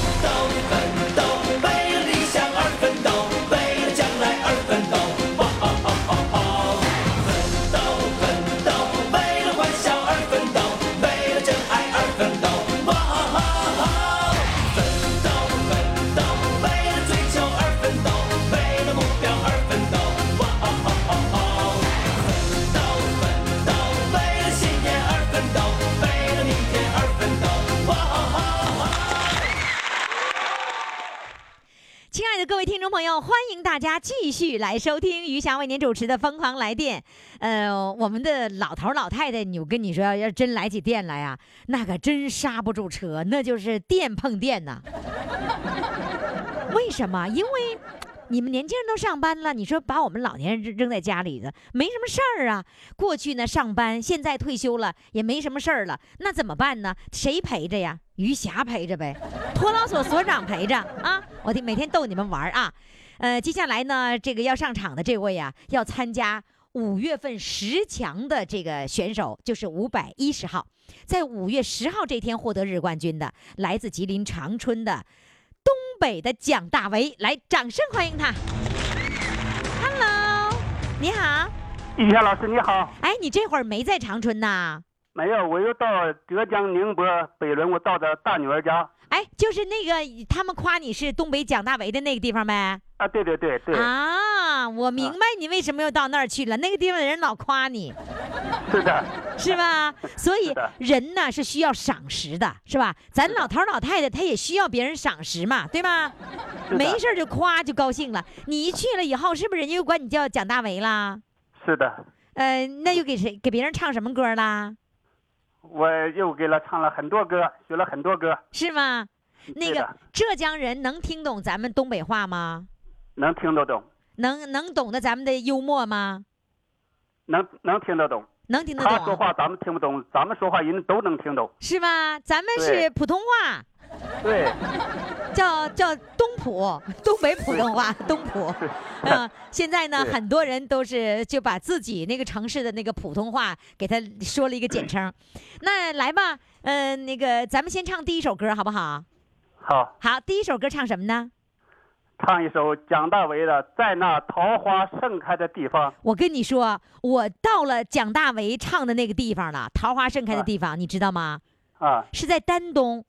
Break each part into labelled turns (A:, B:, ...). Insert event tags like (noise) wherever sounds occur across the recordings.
A: 奋斗，奋斗，为了理想而奋斗，为了将来而奋斗。哦哦哦哦哦！奋斗，奋斗，为了欢笑而奋斗，为了真爱而奋斗。哇哦哦哦！奋斗，奋斗，为了追求而奋斗，为了目标而奋斗。哇哦哦哦哦！奋斗，奋斗，为了信念而奋斗，为了明天而奋斗。哇哦哦哦！
B: 亲爱的各位听众朋友，欢迎大家继续来收听余霞为您主持的《疯狂来电》。呃，我们的老头老太太，你我跟你说，要真来起电来啊，那可真刹不住车，那就是电碰电呐、为什么？因为你们年轻人都上班了，你说把我们老年人扔扔在家里的，没什么事儿啊。过去呢上班，现在退休了也没什么事儿了，那怎么办呢？谁陪着呀？余霞陪着呗，托老所所长陪着啊。我得每天逗你们玩儿啊。呃，接下来呢，这个要上场的这位啊，要参加五月份十强的这个选手，就是五百一十号，在五月十号这天获得日冠军的，来自吉林长春的东北的蒋大为，来，掌声欢迎他。Hello，你好。
C: 玉霞老师你好，
B: 哎，你这会儿没在长春呐？
C: 没有，我又到浙江宁波北仑，我到的大女儿家
B: 哎，就是那个他们夸你是东北蒋大为的那个地方呗？
C: 啊，对对对对，
B: 啊，我明白你为什么又到那儿去了，那个地方的人老夸你，
C: (laughs) 是的，
B: (laughs) 是吧？所以
C: 是的
B: 人呢是需要赏识的，是吧？咱老头儿老太太他也需要别人赏识嘛，对吧？
C: 是的
B: 没事儿就夸就高兴了。你一去了以后，是不是人家又管你叫蒋大为啦？
C: 是的，
B: 呃，那又给谁给别人唱什么歌啦？
C: 我又给他唱了很多歌，学了很多歌，
B: 是吗？那
C: 对
B: 个
C: 的
B: 浙江人能听懂咱们东北话吗？
C: 能听得懂，
B: 能能懂得咱们的幽默吗？
C: 能能听得懂。
B: 能听得懂
C: 他说
B: 啊、
C: 话咱们听不懂，咱们说话人都能听懂。
B: 是吧？咱们
C: 对
B: 是普通话，
C: 对，
B: (laughs) 叫叫东普，东北普通话，东
C: (laughs)
B: 普。嗯、现在呢，
C: 对
B: 很多人都是就把自己那个城市的那个普通话给他说了一个简
C: (laughs)
B: 称。那来吧，嗯、那个咱们先唱第一首歌好不好？
C: 好，
B: 好，第一首歌唱什么呢？
C: 唱一首蒋大为的《在那桃花盛开的地方》。
B: 我跟你说，我到了蒋大为唱的那个地方了，桃花盛开的
C: 啊
B: 地方，你知道吗？
C: 啊，
B: 是在丹东。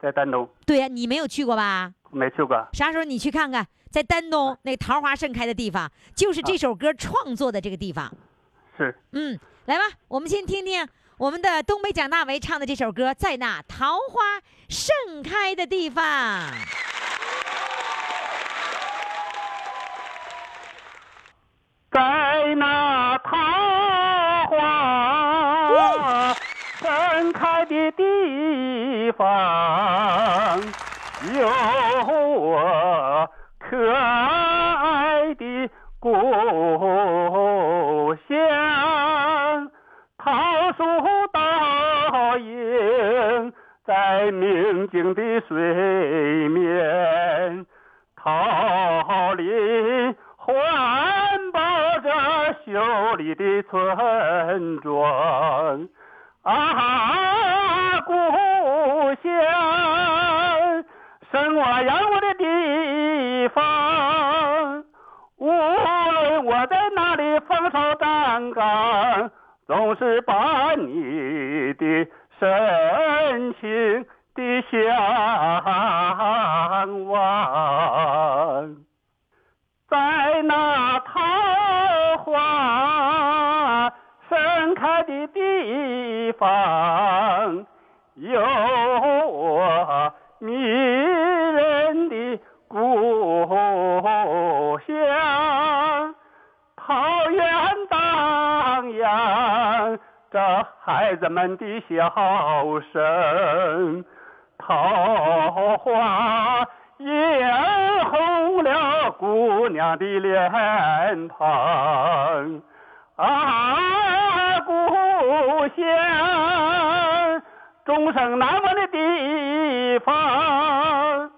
C: 在丹东
B: 对呀、你没有去过吧？
C: 没去过。
B: 啥时候你去看看，在丹东那桃花盛开的地方，就是这首歌创作的这个地方。
C: 是，
B: 嗯，来吧，我们先听听我们的东北蒋大为唱的这首歌《在那桃花盛开的地方》。
C: 在那桃花盛开的地方，有我可爱的故乡。桃树倒影在明净的水面，桃林环抱着秀丽的村庄。啊，故乡，生我养我的地方。无论我在哪里风潮站岗，总是把你的深情的向往，在那桃花盛开的地方，有我迷人的故乡。桃源荡漾着孩子们的笑声，桃花映红了姑娘的脸庞。啊，故省难忘的地方。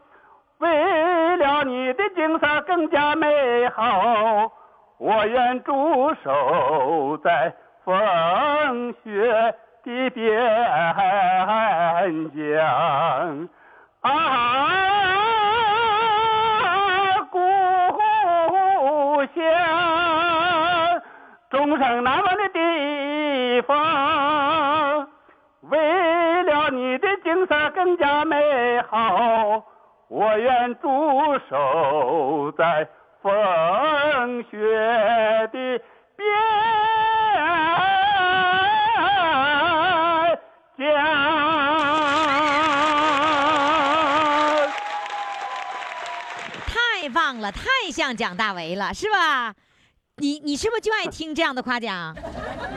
C: 为了你的景色更加美好，我愿驻守在风雪的边疆。啊，故乡，终生难忘的地方。为了你的景色更加美好，我愿驻守在风雪的边疆。
B: 太棒了，太像蒋大为了，是吧？你你是不是就爱听这样的夸奖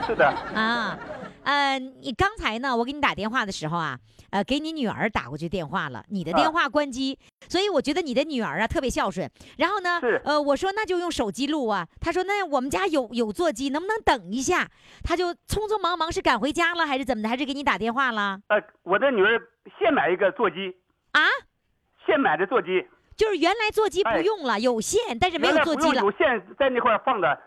C: 是的，
B: 啊？呃，你刚才呢，我给你打电话的时候啊，呃，给你女儿打过去电话了，你的
C: 啊
B: 电话关机，所以我觉得你的女儿啊特别孝顺。然后呢
C: 是，
B: 呃，我说那就用手机录啊，她说那我们家有有座机，能不能等一下？她就匆匆忙忙是赶回家了，还是怎么的？还是给你打电话了
C: 呃，我的女儿现买一个座机，
B: 啊？
C: 现买的座机，
B: 就是原来座机不
C: 哎
B: 用了，有线，但是没
C: 原
B: 有
C: 来
B: 座
C: 不
B: 机
C: 用
B: 了，
C: 有线在那块儿放的，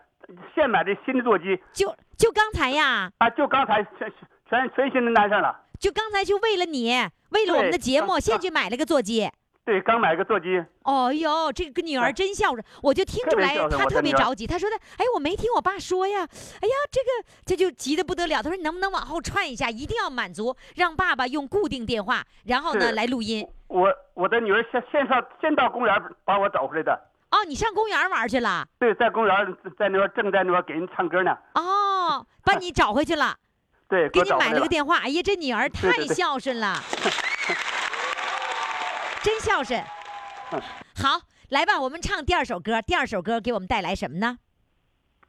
C: 现买的新的座机
B: 就就刚才呀。
C: 啊，就刚才全全全新的安上了。
B: 就刚才就为了你，为了我们的
C: 对
B: 节目，
C: 啊
B: 现
C: 啊
B: 去买了个座机。
C: 对，刚买个座机，
B: 哦呦，这个女儿
C: 啊
B: 真孝顺，我就听
C: 特
B: 出
C: 别
B: 来
C: 孝顺
B: 她
C: 我
B: 特
C: 的
B: 别
C: 女儿
B: 着急。她说的，哎，我没听我爸说呀，哎呀，这个这就急得不得了。她说你能不能往后串一下，一定要满足，让爸爸用固定电话，然后呢
C: 是
B: 来录音。
C: 我我的女儿先先上先到公园把我找回来的。
B: 哦，你上公园玩去了？
C: 对，在公园在那边正在那边给人唱歌呢。
B: 哦，把
C: (laughs)
B: 你找回去了，
C: 对，
B: 给
C: 我
B: 你
C: 找回
B: 买
C: 来
B: 了个电话。哎呀，这女儿
C: (laughs) 对
B: 太
C: 对对
B: 孝顺
C: (laughs)
B: 了，真孝顺
C: 嗯。
B: 好，来吧，我们唱第二首歌。第二首歌给我们带来什么呢？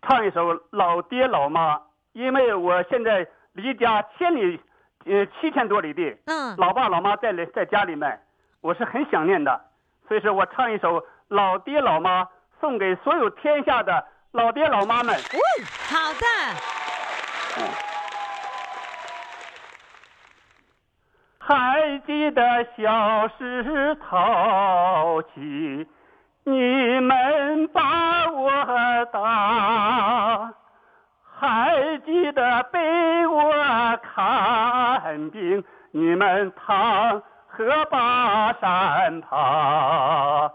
C: 唱一首《老爹老妈》，因为我现在离家千里，呃，七千多里地。
B: 嗯，
C: 老爸老妈在里在家里面，我是很想念的，所以说我唱一首《老爹老妈》，送给所有天下的老爹老妈们。
B: 嗯，好的，
C: 还记得小时淘气，你们把我打；还记得被我看病，你们趟河把山爬；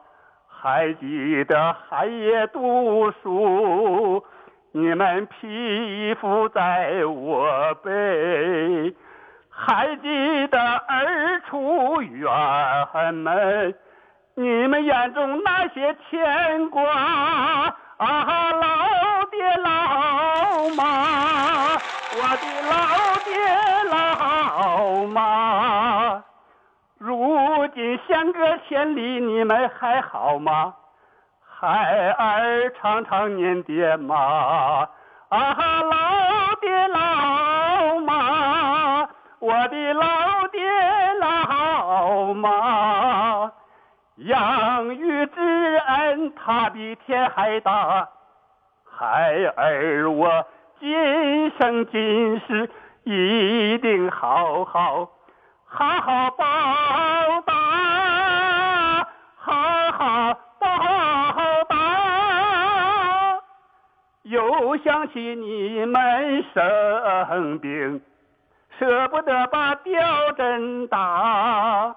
C: 还记得寒夜读书，你们披风在我背。还记得儿出远门，你们眼中那些牵挂啊，老爹老妈，我的老爹老妈，如今相隔千里，你们还好吗？孩儿常常念爹妈，啊，老爹老妈，我的老爹老妈，养育之恩，他比天还大。孩儿，我今生今世一定好好好好报答，好好报答。又想起你们生病，舍不得把吊针打。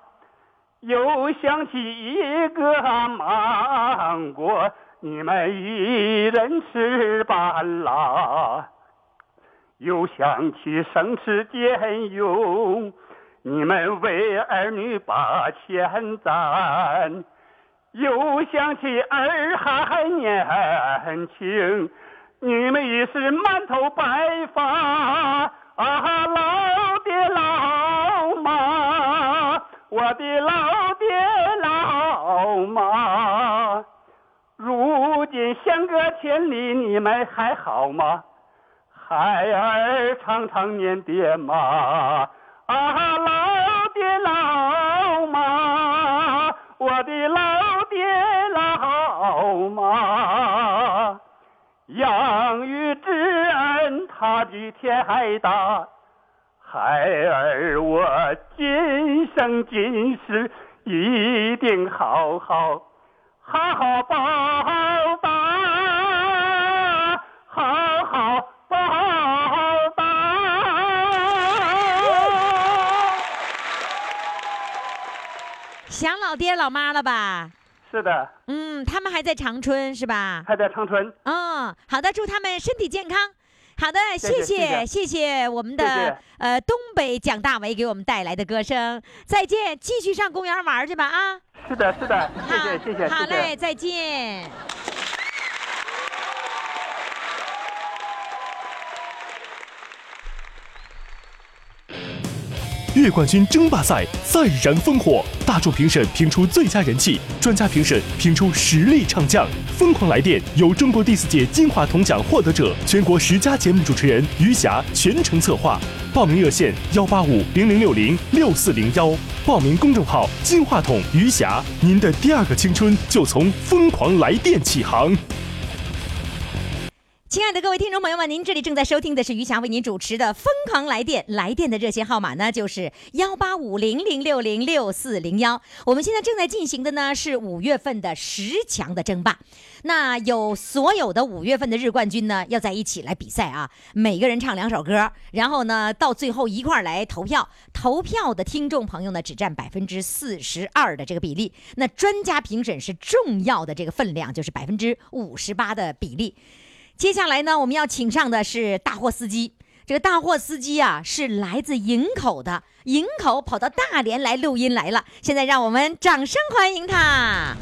C: 又想起一个芒果，你们一人吃半拉；又想起省吃俭用，你们为儿女把钱攒；又想起儿还年轻，你们已是满头白发啊，老爹老妈，我的老爹老妈，如今相隔千里，你们还好吗？孩儿常常念爹妈，啊，老爹老妈，我的老爹老妈，养育之恩，他比天还大。孩儿，我今生今世一定好好好好报答，好好报答。
B: 想老爹老妈了吧？
C: 是的，
B: 嗯，他们还在长春是吧？
C: 还在长春，
B: 嗯，好的，祝他们身体健康。好的，谢
C: 谢
B: 谢
C: 谢
B: 谢谢我们的
C: 谢谢
B: 呃东北蒋大为给我们带来的歌声，再见，继续上公园玩去吧啊！
C: 是的，是的，谢
B: 好，
C: 谢，谢谢，
B: 好
C: 谢
B: 嘞，
C: 谢。
B: 再见。
D: 月冠军争霸赛再燃烽火，大众评审评出最佳人气，专家评审评出实力唱将。疯狂来电由中国第四届金话筒奖获得者、全国十佳节目主持人余霞全程策划。报名热线：幺八五零零六零六四零幺。报名公众号：金话筒余霞。您的第二个青春就从疯狂来电起航。
B: 亲爱的各位听众朋友们，您这里正在收听的是于霞为您主持的《疯狂来电》，来电的热线号码呢就是幺八五零零六零六四零幺。我们现在正在进行的呢是五月份的十强的争霸，那有所有的五月份的日冠军呢要在一起来比赛啊，每个人唱两首歌，然后呢到最后一块儿来投票，投票的听众朋友呢只占百分之四十二的这个比例，那专家评审是重要的这个分量，就是百分之五十八的比例。接下来呢，我们要请上的是大货司机。这个大货司机啊，是来自营口的，营口跑到大连来录音来了。现在让我们掌声欢迎他。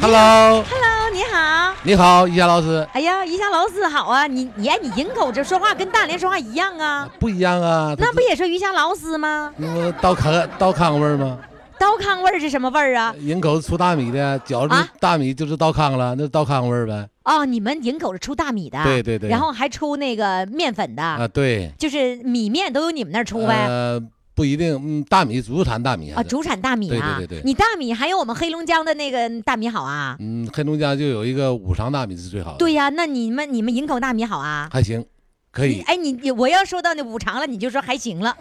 E: Hello，
B: Hello，你好。
E: 你好，于霞老师，
B: 哎呀，一下老师好啊！你你哎，你营口这说话跟大连说话一样啊？
E: 不一样啊，
B: 那不也说鱼香老师吗？
E: 那不刀康刀糠味儿吗？
B: 刀糠味儿是什么味儿啊？
E: 营口出大米的，嚼着
B: 啊
E: 大米就是刀糠了，那刀糠味儿呗。
B: 哦，你们营口是出大米的，啊
E: 对对对
B: 然后还出那个面粉的，
E: 啊，对，
B: 就是米面都由你们那儿出呗。
E: 呃，不一定，嗯，大米祖产大米还
B: 啊，
E: 是
B: 主产大米啊，
E: 对对对对
B: 你大米还有我们黑龙江的那个大米好啊。
E: 嗯，黑龙江就有一个五常大米是最好的，
B: 对，呀、那你们你们营口大米好啊。
E: 还行，可
B: 你
E: 以，
B: 哎，你你我要说到那五常了，你就说还行了，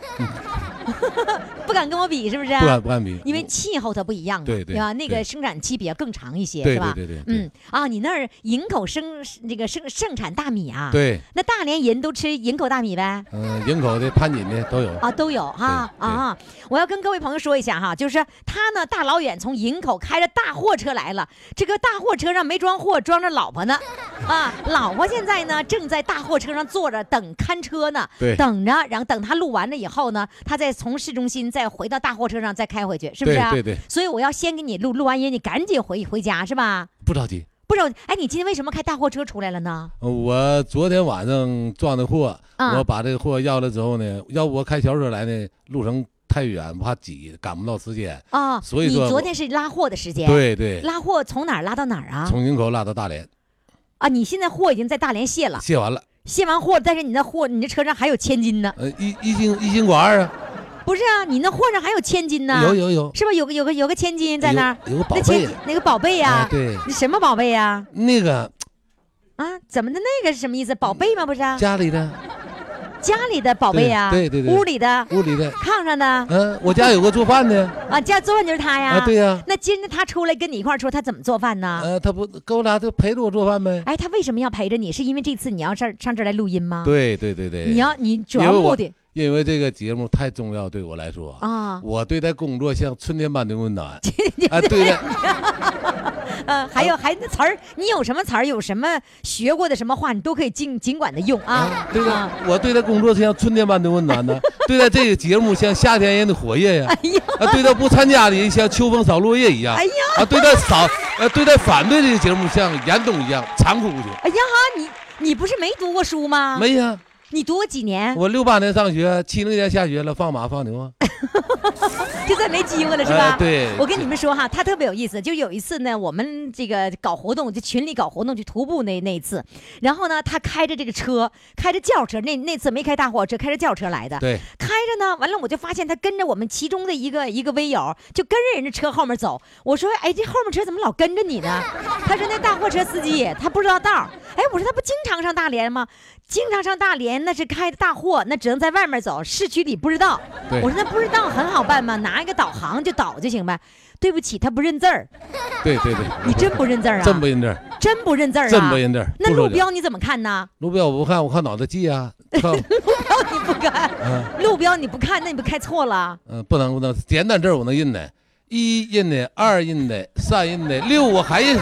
B: (laughs) 不敢跟我比是不是？啊
E: 不敢不敢比，
B: 因为气候它不一样啊，
E: 对对
B: 吧？那个
E: 对
B: 生长期比较更长一些，
E: 对
B: 是吧？
E: 对对对对
B: 嗯啊，你那儿营口生那个盛盛产大米啊？。
E: 对，
B: 那大连人都吃营口大米呗？
E: 嗯，营口的、潘锦的都有，
B: 啊，都有哈
E: 对
B: 啊！我要跟各位朋友说一下哈，就是他呢，大老远从营口开着大货车来了，这个大货车上没装货，装着老婆呢，啊，老婆现在呢正在大货车上坐着等看车呢，
E: 对
B: 等着，然后等他录完了以后呢，他再从市中心再回到大货车上再开回去，是不是、啊？
E: 对对对
B: 所以我要先给你录，录完音你赶紧回回家是吧？
E: 不着急。
B: 不是，哎，你今天为什么开大货车出来了呢？
E: 呃我昨天晚上撞的货，
B: 啊
E: 我把这个货要了之后呢，要不我开小车来呢，路程太远，怕挤，赶不到时间。
B: 啊，
E: 所以
B: 你
E: 说
B: 昨
E: 我
B: 天是拉货的时间，，
E: 对对，
B: 拉货从哪儿拉到哪儿啊？
E: 从营口拉到大连，
B: 啊，你现在货已经在大连卸了，
E: 卸完了，
B: 卸完货，但是你那货，你那车上还有千斤呢。
E: 呃，一一斤一斤管二啊，
B: 不是啊，你那货上还有千斤呢。
E: 有有有，
B: 是吧？有个有个有个千金在那儿，
E: 有有个宝
B: 那
E: 贝
B: 千，那个宝贝呀、
E: 哎对
B: 你什么宝贝呀、
E: 那个
B: 啊？怎么的？那个是什么意思？宝贝吗？不是啊、
E: 家里的，
B: 家里的宝贝呀、
E: 对对对对
B: 屋里的，啊
E: 屋里的，
B: 炕上的
E: 嗯，我家有个做饭的，
B: 啊，家做饭就是他呀。
E: 啊，对呀，
B: 那今天他出来跟你一块儿说，他怎么做饭呢？
E: 呃，他不跟我俩就陪着我做饭呗，
B: 哎，他为什么要陪着你？是因为这次你要上上这儿来录音吗？，
E: 对对对对，
B: 啊你要你主
E: 因
B: 要
E: 为
B: 目
E: 我
B: 的
E: 因为这个节目太重要对我来说，
B: 啊，
E: 我对待工作像春天般的温
B: (laughs)
E: 暖， (laughs) 啊，对的。啊
B: 呃，还有还那词儿，你有什么词儿，有什么学过的什么话，你都可以尽尽管的用啊
E: 啊，。对的
B: 啊，
E: 我对待工作像春天般的温
B: (laughs)
E: 暖呢，对待这个节目像夏天人的火热呀，
B: 哎呀，
E: 啊，对待不参加的人像秋风扫落叶一样，
B: 哎呀，
E: 啊，对待扫，呃，对待反对这个节目像严冬一样残酷无情。
B: 哎呀哈，你你不是没读过书吗？，
E: 没呀，
B: 你读过几年？
E: 我六八年上学，七零年下学了，放马放
B: (laughs)
E: 牛啊，
B: 就再没机会了，是
E: 哎
B: 吧？
E: 对
B: 我跟你们说哈，他特别有意思。就有一次呢，我们这个搞活动，就群里搞活动去徒步那那一次，然后呢，他开着这个车，开着轿车，那那次没开大货车，开着轿车来的。
E: 对，
B: 开着呢，完了我就发现他跟着我们其中的一个一个微友，就跟着人家车后面走。我说，哎，这后面车怎么老跟着你呢？他说那大货车司机他不知道道儿。哎，我说他不经常上大连吗？经常上大连，年那是开的大货，那只能在外面走，市区里不知道。
E: 对
B: 我说那不知道很好办吗？拿一个导航就导就行呗。对不起，他不认字儿，
E: 对对对，
B: 你真不认字儿啊？
E: 真不认字儿，
B: 真不认字儿啊？
E: 真不认字儿。
B: 那
E: 不说
B: 路
E: 这
B: 标你怎么看呢？
E: 路标我不看，我看脑袋
B: (laughs)
E: 记啊，看，
B: 你不看
E: 嗯
B: 路标你不看，那你不开错了？ (laughs)
E: 嗯，不能不能，简单字儿我能认的，一认的，二认的，三认的，六我还认识。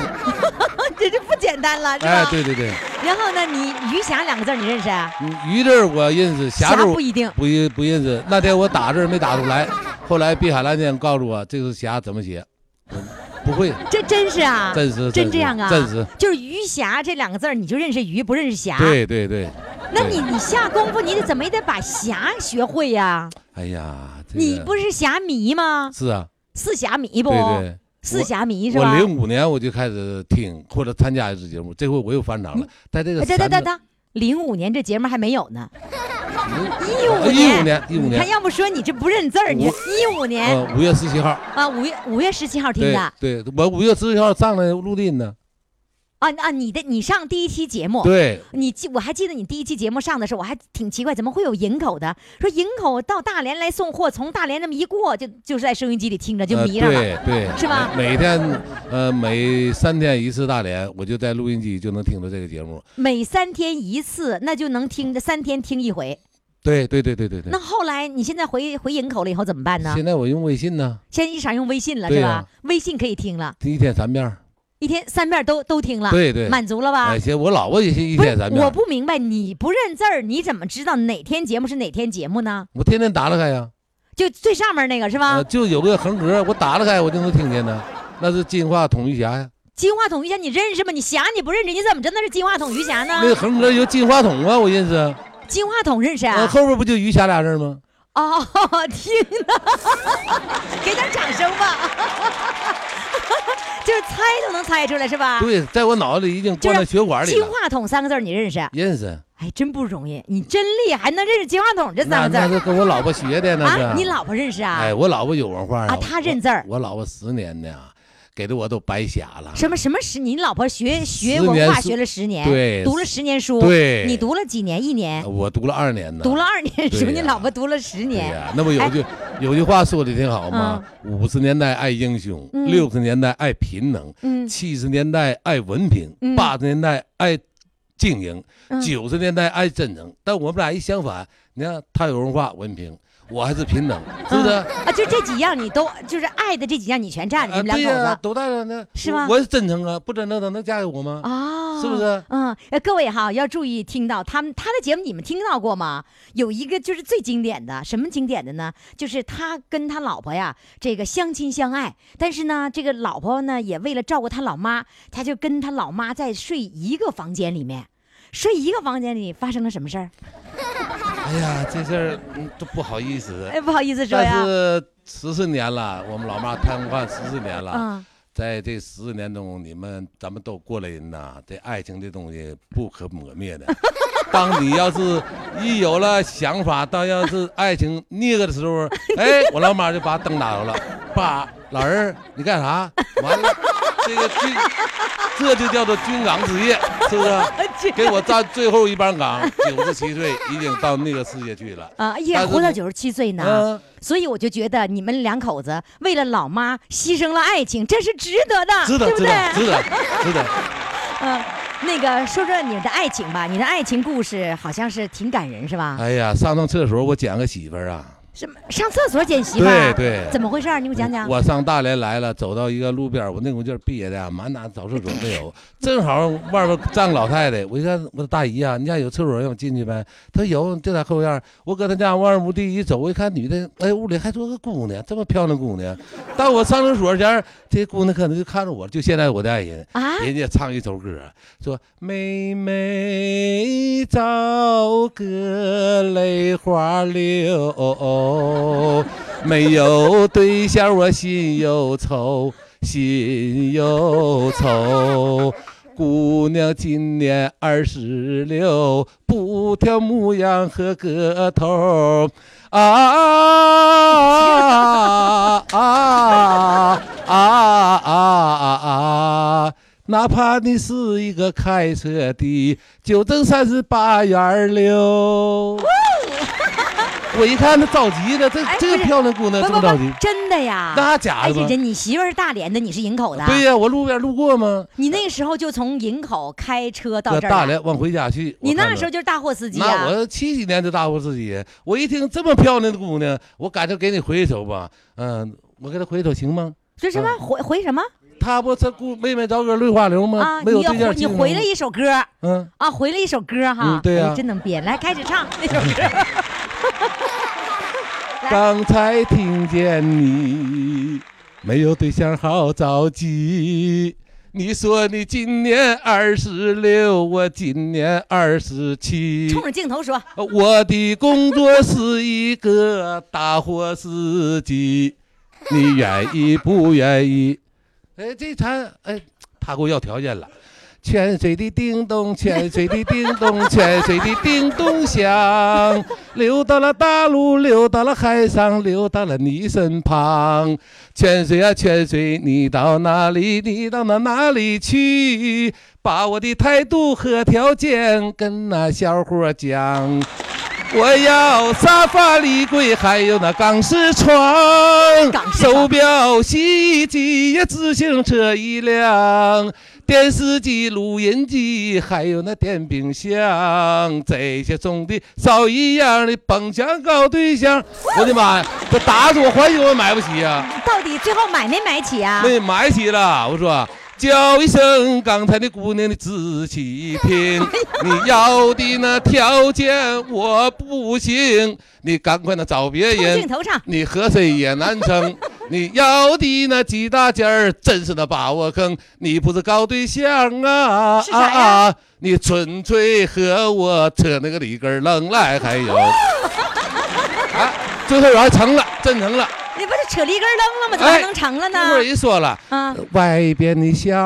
B: 这就不简单了，是吧？
E: 哎，对对对，
B: 然后呢，你余霞两个字儿你认识？啊？
E: 嗯鱼字儿我认识，霞字
B: 霞
E: 儿我
B: 不一定
E: 不认不认识。那天我打字儿没打出
B: (laughs)
E: 来，后来碧海蓝天告诉我这个霞怎么写， (laughs) 我不会，
B: 这真是啊，
E: 真是
B: 真
E: 是
B: 这样啊，
E: 真是。
B: 就是余霞这两个字儿，你就认识鱼，不认识霞。
E: 对对对，
B: 那你你下功夫，你得怎么也得把霞学会呀、
E: 哎呀，这个
B: 你不是侠迷吗？
E: 是啊？
B: 四侠迷不？
E: 对对。
B: 四侠迷是
E: 我
B: 吧？
E: 零五年我就开始听或者参加一次节目，这回我又翻场了。在这个
B: 哎等等
E: 三
B: 等
E: 个
B: 等，零五年这节目还没有呢，一
E: 呃
B: 五
E: 15年15
B: 你
E: 年
B: 看，要不说你这不认字儿，你
E: 我
B: 一五年
E: 呃，五月十七号，
B: 啊，五月五月十七号听
E: 对
B: 的啊
E: 对，我五月十七号上来录的音呢。
B: 啊，你的你上第一期节目，
E: 对，
B: 你记，我还记得你第一期节目上的时候，我还挺奇怪，怎么会有营口的？说营口到大连来送货，从大连那么一过，就就是在收音机里听着就
E: 呃
B: 迷上了。
E: 对对，
B: 是吧
E: 每每天呃每三天一次大连，我就在录音机就能听到这个节目。
B: 每三天一次，那就能听着三天听一回。
E: 对对对对对对
B: 那。后来你现在回回营口了以后怎么办呢？
E: 现在我用微信呢，
B: 现在一啥用微信了、
E: 对
B: 是
E: 呀
B: 吧？微信可以听了，
E: 一天三遍儿。
B: 一天三遍都都听了，
E: 对对
B: 满足了吧？
E: 哎，现在我老婆也是一
B: 不是
E: 天三，遍
B: 我
E: 儿，
B: 不明白，你不认字儿，你怎么知道哪天节目是哪天节目呢？
E: 我天天打了开呀，
B: 就最上面那个是吧？
E: 呃就有个横格，我打了开我就能听见呢，那是进化统一侠呀。
B: 金话筒鱼霞你认识吗？你霞你不认识，你怎么知道那是金话筒鱼霞
E: 那
B: 呢？
E: 横格有金话筒啊，我认识啊。
B: 金话筒认识
E: 呃
B: 啊？
E: 后边不就余霞俩字儿吗？
B: 哦， (laughs) 天哪！给点掌声吧， (laughs) 就是猜都能猜出来是吧？
E: 对，在我脑子里已经
B: 啊就
E: 灌
B: 是
E: 到血管里
B: 金
E: 了。
B: 话筒三个字儿你认识？
E: 认识，
B: 哎，真不容易，你真厉害，还能认识金话筒这三
E: 那
B: 个字
E: 那
B: 儿
E: 是跟我老婆学的，那是。
B: 啊？你老婆认识啊？
E: 哎，我老婆有文化
B: 啊她认字儿
E: 我我老婆十年呢，给的我都白瞎了。
B: 什么什么十？你老婆学学
E: 十年
B: 文化
E: 书
B: 学了十年，
E: 对
B: 读了十年书，
E: 对
B: 你读了几年？一年，
E: 我读了二年呢。
B: 哎读了二年
E: 对
B: 书，
E: 呀
B: 你老婆读了十
E: 对
B: 年。哎
E: 呀，那不有句有句话说的挺好吗？五十年代爱英雄，
B: 嗯
E: 六十年代爱贫能，
B: 嗯
E: 七十年代爱文凭
B: 嗯，
E: 八十年代爱经营，
B: 嗯
E: 九十年代爱真诚。但我们俩一相反，你看他有文化文凭，我还是贫能，是不是？
B: 啊，就这几样你都就是爱的这几样你全占了，
E: 啊
B: (laughs) 你们两
E: 对
B: 口
E: 呀，
B: 子
E: 都带着呢，
B: 是
E: 我
B: 吗
E: 我是真诚啊，不真诚他能嫁给我吗？
B: 啊
E: 是不是？
B: 嗯，呃各位哈要注意听到他们他的节目，你们听到过吗？有一个就是最经典的，什么经典的呢？就是他跟他老婆呀，这个相亲相爱，但是呢，这个老婆呢也为了照顾他老妈，他就跟他老妈在睡一个房间里面。睡一个房间里发生了什么事儿？
E: 哎呀，这事儿嗯都不好意思。
B: 哎，不好意思说
E: 但
B: 呀，
E: 是十四年了，我们老妈瘫痪十四年了，
B: 嗯，
E: 在这十四年中，你们咱们都过来人呐，这爱情这东西不可磨灭的。 (laughs) 当你要是一有了想法，当要是爱情那个的
B: (laughs)
E: 时候，哎，我老妈就把灯打着了，爸，老儿你干啥？完了，这个军，这就叫做军港之夜，是
F: (laughs)
E: 不是？ (laughs) 给我占最后一班岗，九十七岁已经到那个世界去了。
B: 啊，也
E: 但是
B: 活到
E: 我
B: 九十七岁呢。
E: 嗯，
B: 所以我就觉得你们两口子为了老妈牺牲了爱情，这是值得的，
E: 知道
B: 对不
E: 知
B: 对？
E: 道知道知道。
B: 嗯，那个说说你的爱情吧，你的爱情故事好像是挺感人，是吧？
E: 哎呀，上趟厕所我捡个媳妇儿啊。
B: 什么上厕所捡媳妇儿？
E: 对对
B: 怎么回事儿？你给我讲讲。
E: 我上大连来了，走到一个路边儿，我那股劲儿憋的啊，满哪找厕所没有，正好外边站个老太太，我一看我说大姨啊，你家有厕所让我进去呗？她说有，就在后院儿。我搁她家往二屋地一走，我一看女的，哎，屋里还坐个姑娘，这么漂亮姑娘。但我上厕所前，这姑娘可能就看着我，就现在我的爱人。
B: 啊，
E: 人家唱一首歌，说妹妹找个泪花流，没有对象我心忧愁，心忧愁。姑娘今年二十六，不挑模样和个头儿啊啊啊啊啊啊啊！哪怕你是一个开车的，九正三十八元儿溜。我一看她着急了，这
B: 哎
E: 这
B: 不
E: 个
B: 是
E: 漂亮姑娘
B: 不不
E: 这么着急
B: 不，，真的呀？
E: 那假
B: 哎，
E: 的
B: 姐
E: 吗
B: 姐，？你媳妇儿是大连的，你是营口的。
E: 对呀，我路边路过嘛，
B: 你那时候就从营口开车到
E: 搁
B: 这儿
E: 大
B: 来
E: 连往回家去。
B: 你
E: 我看
B: 那
E: 着
B: 时候就是大货司机
E: 那
B: 啊。
E: 我七几年就大过自己，我一听这么漂亮的姑娘，我赶着给你回一首吧。嗯，我给她回一首行吗？
B: 这什么回回什么
E: 她嗯不这姑妹妹找个绿花流吗？
B: 啊？
E: 没
B: 你
E: 有
B: 又
E: 对
B: 回
E: 象
B: 你
E: 亲
B: 回
E: 吗
B: 了一首歌啊，
E: 嗯，
B: 回了一首歌哈。
E: 嗯对呀
B: 哎真能编。来，开始唱那首
E: (laughs)
B: 歌。来
E: 刚才听见你没有对象好着急，你说你今年二十六，我今年二十七。
B: 冲着镜头说，
E: 呃我的工作是一个大货司机，你愿意不愿意？哎，这餐
B: 呃
E: 哎，他给我要条件了。泉水的叮咚，泉水的叮咚，泉水的叮咚响，流到了大陆，流到了海上，流到了你身旁。泉水啊，泉水，你到哪里？你到哪哪里去？把我的态度和条件跟那小伙讲。我要沙发、立柜，还有那钢丝床
B: 钢、丝床
E: 手表、洗衣机呀，自行车一辆，电视机、录音机，还有那电冰箱，这些中的少一样的，甭想搞对象。我的妈呀，这打死我怀疑我买不起啊！
B: 到底最后买没买起啊？
E: 没埋起了。我说叫一声刚才那姑娘的仔细
B: (laughs)
E: 听，你要的那条件我不行，你赶快那找别
B: 冲
E: 人
B: 镜，头唱。
E: 你和谁也难
B: (laughs)
E: 成。你要的那几大件儿，真是那把我坑。你不是搞对象啊
B: 是
E: 啊
B: 啥呀
E: 啊！你纯粹和我扯那个里根儿楞来，
B: (laughs)
E: 还有啊，最后还成了，真成了。
B: 你不是扯离根儿扔了吗？怎么还能成了呢？
E: 哎那会儿人说了。
B: 啊，
E: 外边的小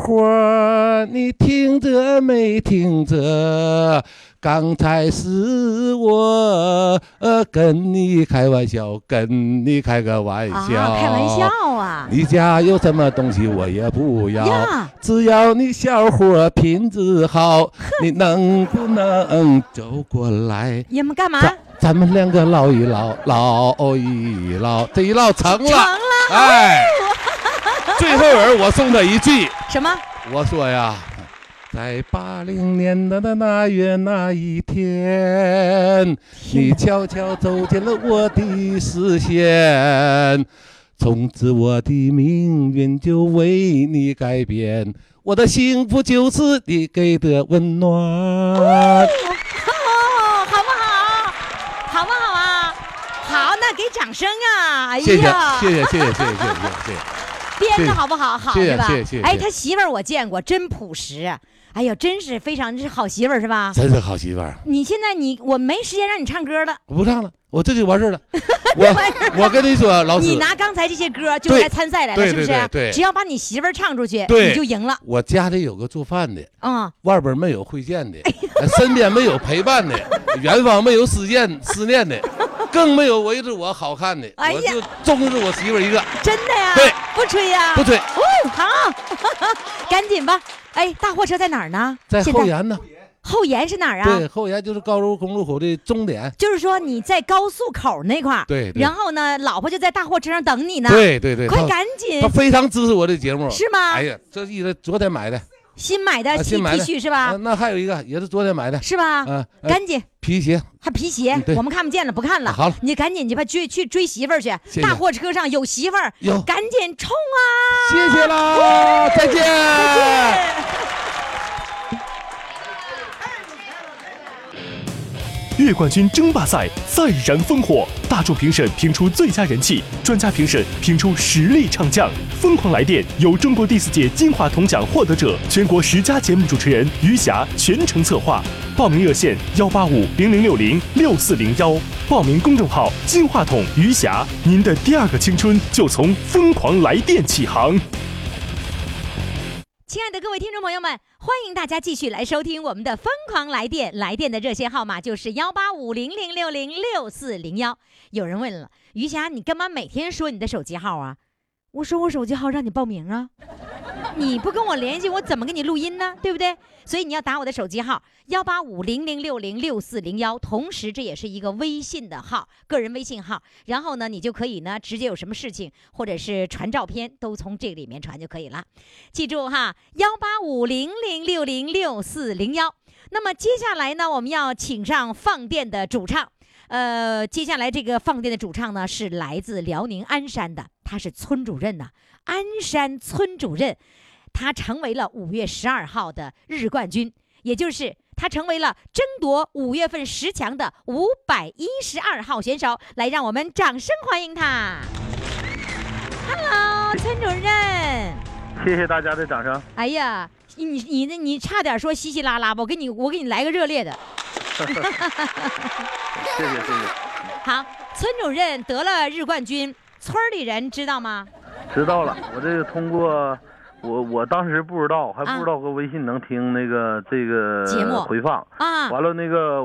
E: 伙儿，你听着没听着？刚才是我呃跟你开玩笑，跟你开个玩
B: 啊
E: 笑，
B: 开玩。笑啊！
E: 你家有什么东西我也不要
B: 呀，
E: 只要你小伙儿品质好，
B: (laughs)
E: 你能不能走过来？
B: 你们干嘛？
E: 咱咱们两个唠一唠，唠一唠，这一唠成
B: 成
E: 了。
B: 了 (laughs)
E: 哎， (laughs) 最后人我送他一句，
B: 什么？
E: 我说呀，在八零年的那那月那一天，你悄悄走进了我的视线，从此我的命运就为你改变，我的幸福就是你给的温暖。
B: 哦，好不好？好不好啊？好，那给掌声啊！哎
E: 谢谢
B: 呀，
E: 谢谢谢谢谢谢谢谢谢。
B: 编
E: 谢
B: 的
E: 谢
B: 好不好？好
E: 谢谢
B: 是吧
E: 谢谢谢？谢
B: 哎，他媳妇儿我见过，真朴实。哎呀，真是非常是好媳妇儿是吧？
E: 真是好媳妇儿，
B: 你现在你我没时间让你唱歌了，
E: 我不唱了，我这就完事儿了。
B: (laughs)
E: 我我跟你说，老
B: 你
E: 师，
B: 拿刚才这些歌就是
E: 对
B: 来参赛来了，
E: 对
B: 是不是
E: 对？对对
B: 只要把你媳妇儿唱出去，
E: 对
B: 你就赢了
E: 我家里有个做饭的，
B: 啊！
E: 外边没有会见的，
B: 哎
E: 呃身边没有陪伴的，远方没有思念思念的，更没有围着我好看的。
B: 哎
E: 我
B: 呀
E: 就忠实我媳妇儿一个，
B: 真的呀？
E: 对，
B: 不吹呀？
E: 不。对，
B: 哦，好， (laughs) 赶紧吧。哎，大货车在哪儿呢？
E: 在
B: 现
E: 后沿呢。
B: 后沿是哪儿啊？
E: 对，后沿就是高速公路口的终点。
B: 就是说你在高速口那块儿，
E: 对对
B: 然后呢，老婆就在大货车上等你呢，
E: 对对对，
B: 快
E: 他
B: 赶紧
E: 他，非常支持我的节目，
B: 是吗
E: 哎呀，这一直昨天买的，
B: 新买的
E: 啊
B: T
E: 新
B: T
E: 买的
B: 恤是
E: 啊
B: 吧？
E: 那还有一个也是昨天买的，
B: 是吧？
E: 啊，呃
B: 赶紧，
E: 皮鞋。
B: 还皮鞋
E: 嗯，对
B: 我们看不见了，不看了。
E: 好了
B: 你赶紧去吧，追去追媳妇儿去
E: 谢。谢
B: 大货车上有媳妇儿
E: 有，
B: 赶紧冲啊！
E: 谢谢啦，再见。
D: 月冠军争霸赛再燃烽火，大众评审评出最佳人气，专家评审评出实力唱将。疯狂来电由中国第四届金话筒奖获得者、全国十佳节目主持人余霞全程策划。报名热线：幺八五零零六零六四零幺。报名公众号：金话筒余霞。您的第二个青春就从疯狂来电起航。
B: 亲爱的各位听众朋友们，欢迎大家继续来收听我们的《疯狂来电》，来电的热线号码就是幺八五零零六零六四零幺。有人问了，于霞，你干嘛每天说你的手机号啊？我说我手机号让你报名啊，你不跟我联系，我怎么跟你录音呢？对不对？所以你要打我的手机号幺八五零零六零六四零幺，同时这也是一个微信的号，个人微信号。然后呢，你就可以呢直接有什么事情或者是传照片，都从这个里面传就可以了。记住哈，幺八五零零六零六四零幺。那么接下来呢，我们要请上放电的主唱。呃，接下来这个放电的主唱呢，是来自辽宁鞍山的，他是村主任呐、鞍山村主任，他成为了五月十二号的日冠军，也就是他成为了争夺五月份十强的五百一十二号选手。来，让我们掌声欢迎他。Hello，村主任。
G: 谢谢大家的掌声。 (laughs)
B: 哎呀，你你那你差点说稀稀拉拉吧，我给你我给你来个热烈的。 (laughs)
G: 谢谢谢谢，
B: 好，村主任得了日冠军，村儿里人知道吗？
G: 知道了。我这个通过我我当时不知道，还不知道和微信能听那个这个
B: 节目
G: 回放。
B: 啊，
G: 完了那个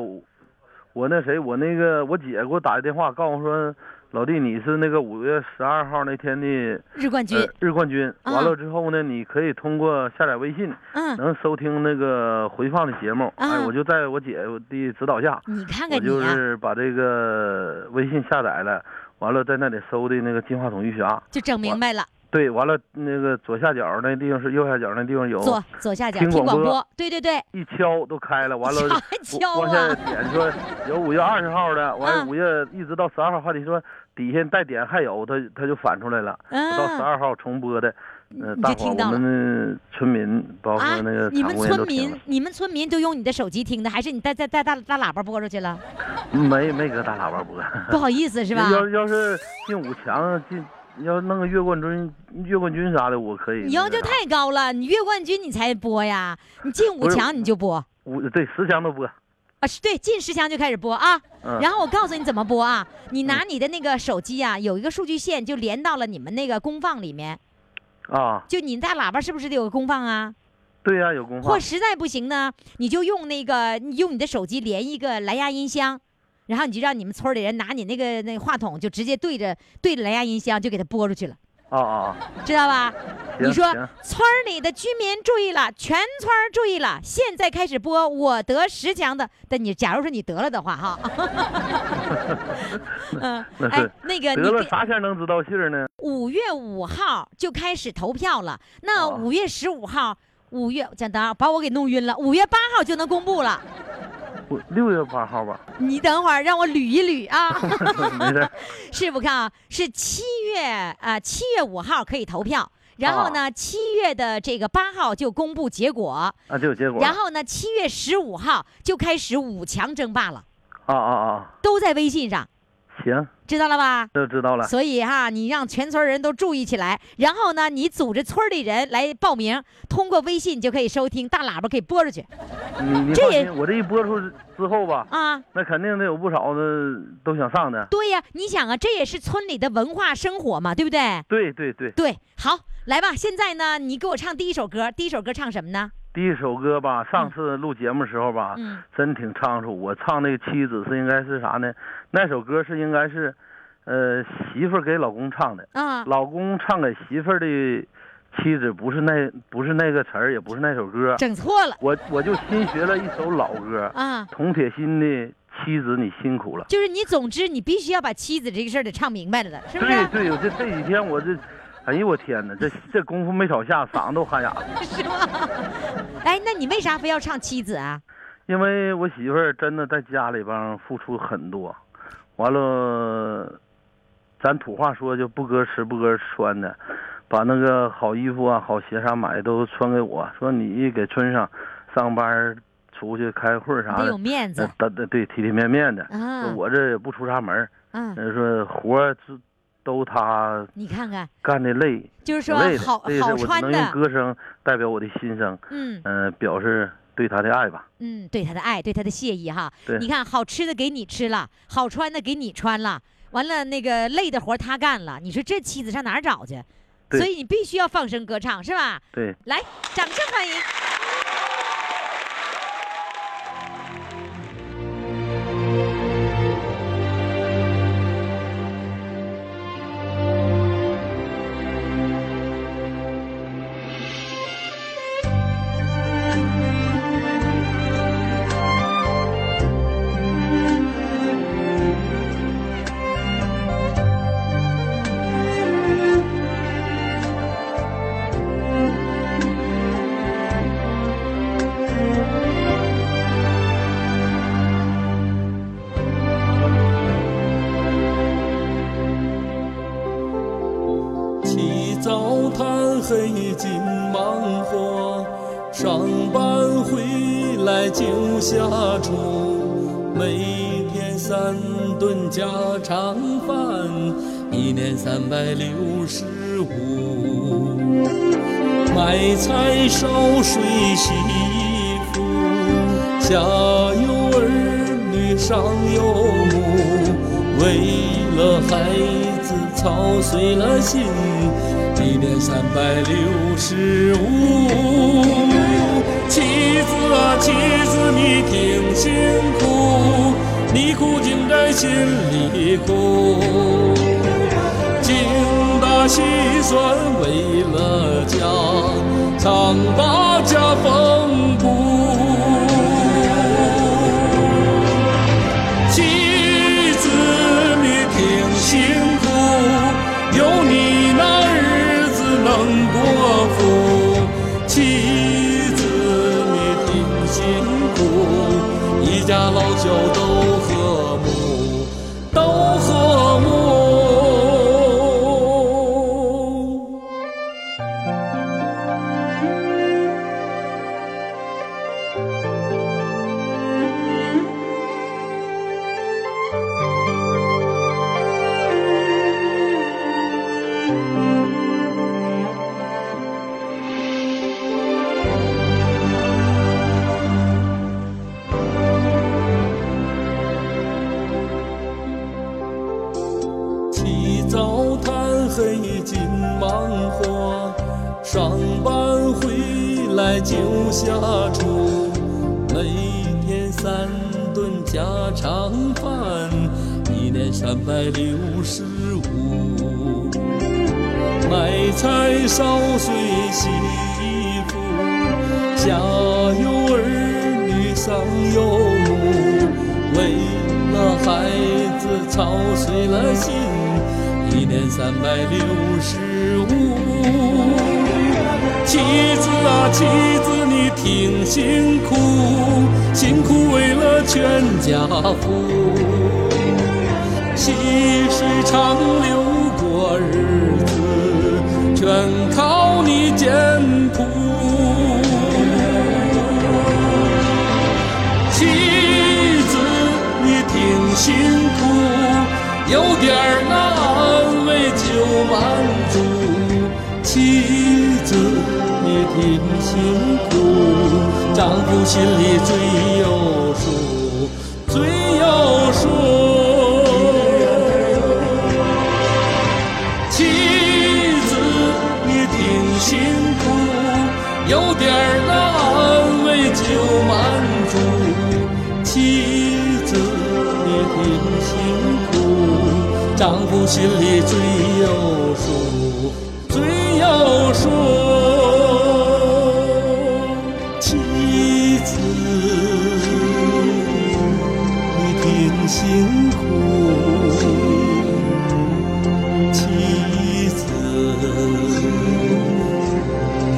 G: 我那谁我那个我姐给我打个电话，告诉我说老弟你是那个五月十二号那天的
B: 日冠军
G: 呃。日冠军。
B: 啊
G: 完了之后呢，你可以通过下载微信
B: 嗯，
G: 能收听那个回放的节目。
B: 啊
G: 哎，我就在我姐的指导下。
B: 你看
G: 我
B: 看你
G: 就
B: 啊，
G: 是把这个微信下载了，完了在那里搜的那个金话筒余霞，
B: 就整明白了。
G: 对，完了那个左下角那地方是右下角那地方有，
B: 左左下角
G: 听
B: 听
G: 广
B: 广
G: 播
B: 播，对对对，
G: 一敲都开了，完了
B: 啥
G: 我
B: 敲
G: 往下
B: 啊？
G: 点说有五月二十号的，
B: 啊
G: 完五月一直到十二号，还得说底下带点还有，它它就反出来了，我到十
B: 啊
G: 二号重播的，呃，
B: 你
G: 大
B: 就
G: 伙
B: 听
G: 儿
B: 到
G: 我
B: 了
G: 们的村民包括
B: 啊
G: 那个！
B: 你
G: 厂
B: 们
G: 工人都
B: 村
G: 听
B: 民
G: 了，，
B: 你们村民都用你的手机听的，还是你带带带大大喇叭播出去了？
G: 没没搁大喇叭播。
B: (laughs) 不好意思是吧？
G: 要要是进五强进。要弄个月冠军、月冠军啥的，我可以。
B: 你要求太高了，你月冠军你才播呀，你进五
G: 不是
B: 强你就播
G: 五对十强都播，
B: 啊，是对，进十强就开始播啊。
G: 嗯，
B: 然后我告诉你怎么播啊，你拿你的那个手机啊，有一个数据线就连到了你们那个公放里面，
G: 啊，
B: 就你大喇叭是不是得有个公放啊？
G: 对呀、有公
B: 或
G: 放
B: 实在不行呢，你就用那个你用你的手机连一个蓝牙音箱，然后你就让你们村儿里人拿你那个那个话筒，就直接对着对着蓝牙音箱就给它播出去了，
G: 啊啊，
B: 知道
G: (laughs)
B: 吧？
G: 行
B: 你说
G: 行
B: 村儿里的居民注意了，全村儿注意了，现在开始播我得十强的。但你假如说你得了的话，
G: (laughs)
B: 哈， (laughs) 嗯，
G: 那
B: 哎
G: 是，
B: 那个
G: 得
B: 你
G: 了
B: 给
G: 啥前能知道信儿呢？
B: 五月五号就开始投票了，那
G: 哦
B: 五月十五号。五月，讲等会儿啊把我给弄晕了。五月八号就能公布了，
G: 我六月八号吧， (laughs)
B: 你等会儿让我捋一捋啊。
G: 没事儿，
B: 是不看啊，是七月啊，七、月五号可以投票，然后
G: 哦
B: 呢，七、月的这个八号就公布结果，
G: 啊就有结果了。
B: 然后呢，七月十五号就开始五强争霸了，
G: 啊啊啊，
B: 都在微信上，
G: 行，
B: 知道了吧？
G: 这知道了。
B: 所以哈、你让全村人都注意起来，然后呢，你组织村里人来报名，通过微信就可以收听，大喇叭可以播出去
G: 你你
B: 这
G: 放
B: 也
G: 心，我这一播出之后吧，
B: 啊。
G: 那肯定得有不少的都想上的。
B: 对呀、你想啊，这也是村里的文化生活嘛，对不对？
G: 对对对，
B: 对，好，来吧，现在呢，你给我唱第一首歌，第一首歌唱什么呢？
G: 第一首歌吧，上次录节目时候吧，
B: 嗯，
G: 真挺仓促。我唱那个妻子是应该是啥呢？那首歌是应该是，呃，媳妇儿给老公唱的。
B: 啊，
G: 老公唱给媳妇儿的妻子不是那不是那个词儿，也不是那首歌，
B: 整错了
G: 我我就新学了一首老歌，
B: 啊！
G: 童铁心的《妻子你辛苦了》。
B: 就是你，总之你必须要把妻子这个事儿得唱明白了的，是不
G: 对
B: 是？
G: 对，我这这几天我这，哎呦我天哪，这这功夫没少下，嗓子都喊哑了。
B: 是吗？哎，那你为啥非要唱妻子啊？
G: 因为我媳妇儿真的在家里边付出很多，完了，咱土话说就不搁吃不搁穿的，把那个好衣服啊、好鞋啥买的都穿给我，说你给村上上班儿出去开会啥
B: 得有
G: 的，
B: 面子
G: 呃，得得对体体面面的。
B: 啊
G: 说我这也不出啥门儿，
B: 啊！
G: 呃说活儿都都他
B: 你看看，
G: 干的累，
B: 就是
G: 挺
B: 说
G: 累的。
B: 好
G: 这也
B: 好
G: 是我
B: 穿
G: 能用
B: 的，
G: 歌声代表我的心声，
B: 嗯
G: 嗯、表示对他的爱吧。
B: 嗯，对他的爱，对他的谢意哈。
G: 对
B: 你看，好吃的给你吃了，好穿的给你穿了，完了那个累的活儿他干了，你说这妻子上哪儿找去？
G: 对
B: 所以你必须要放声歌唱，是吧？
G: 对，
B: 来，掌声欢迎。
F: 黑金忙活，上班回来就下厨，每天三顿家常饭，一年三百六十五。买菜、烧水、洗衣服，下有儿女，上有母，为了孩子操碎了心，一年三百六十五。妻子啊，妻子你挺辛苦，你苦尽在心里苦。精打细算为了家，常把家缝补。妻子你挺辛苦，有你那日子能过富。妻子你挺辛苦，一家老小都和睦，都和睦。起早贪黑尽忙活，上班回来就下厨，每天三顿家常饭，一年三百六十五。买菜、烧水、洗衣服，下有儿女，上有母，为了孩子操碎了心，一年三百六十五。妻子啊，妻子你挺辛苦，辛苦为了全家福。细水长流过日子，全靠你简朴。妻子，你挺辛苦，有点儿那安慰就满足。妻子，你挺辛苦，丈夫心里最有数，最有数。妻子，你挺辛苦，有点儿那安慰就满足。妻子，你挺辛苦，丈夫心里最有数，最有数。妻子，你挺辛苦。妻子，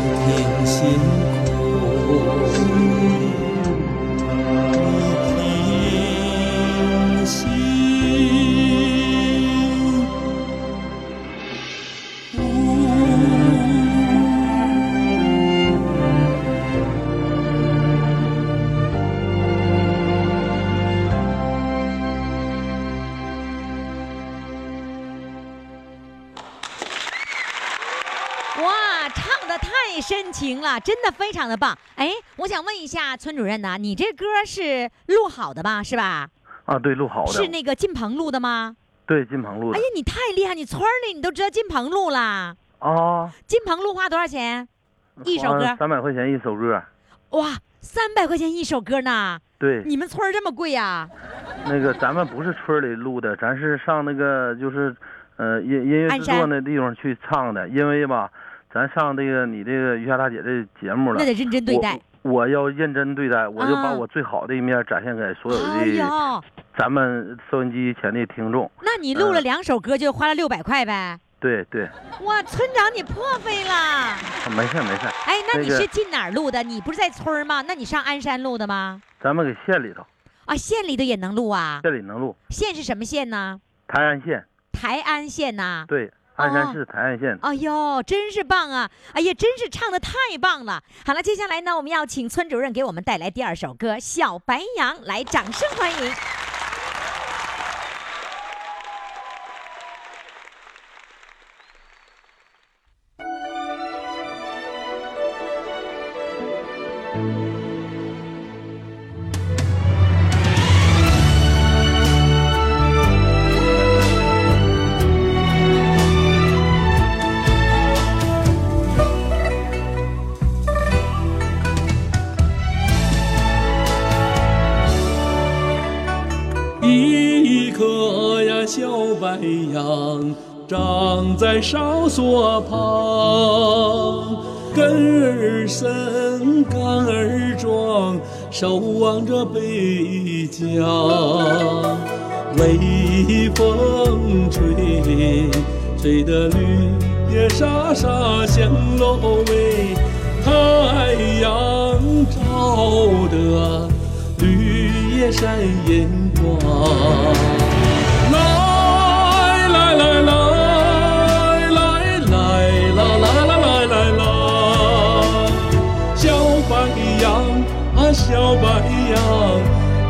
F: 你挺辛苦，你挺辛苦。
B: 哇，唱的太深情了，真的非常的棒。哎，我想问一下村主任呐、你这歌是录好的吧？是吧？
G: 啊，对，录好的，
B: 是那个靳鹏录的吗？
G: 对金鹏录
B: 哎
G: 的
B: 呀，你太厉害，你村儿里你都知道靳鹏录啦。
G: 啊，
B: 靳鹏录花多少钱？一首歌
G: 三百块钱一首歌，
B: 哇，三百块钱一首歌呢？
G: 对，
B: 你们村儿这么贵呀、
G: 那个咱们不是村里录的，咱是上那个就是，呃，音音乐制作那地方去唱的，因为吧，咱上这个你这个于霞大姐这节目了
B: 那，得认真对待。
G: 我我要认真对待，我就把
B: 啊
G: 我最好的一面展现给所有
B: 哎
G: 的
B: 呦，
G: 咱们收音机前的听众。
B: 那你录了
G: 嗯
B: 两首歌就花了六百块呗？
G: 对对，
B: 哇，村长你破费了！
G: 没事没事，
B: 哎，那
G: 那
B: 你
G: 个
B: 是进哪儿录的？你不是在村儿吗？那你上鞍山录的吗？
G: 咱们给县里头，
B: 啊，县里头也能录啊？
G: 县里能录，
B: 县是什么县呢？
G: 泰安县
B: 台安县呐、
G: 对，鞍山市台岸县。
B: 哎呦，真是棒啊！哎呀，真是唱的太棒了。好了，接下来呢，我们要请村主任给我们带来第二首歌《小白杨》，来，掌声欢迎。
F: 一棵呀小白杨长在哨所旁，根儿深，杆儿壮，守望着北疆。微风吹，吹得绿叶沙沙向落尾，太阳照得绿叶闪银光。来来来来来来啦啦啦来来啦，小白杨啊小白杨，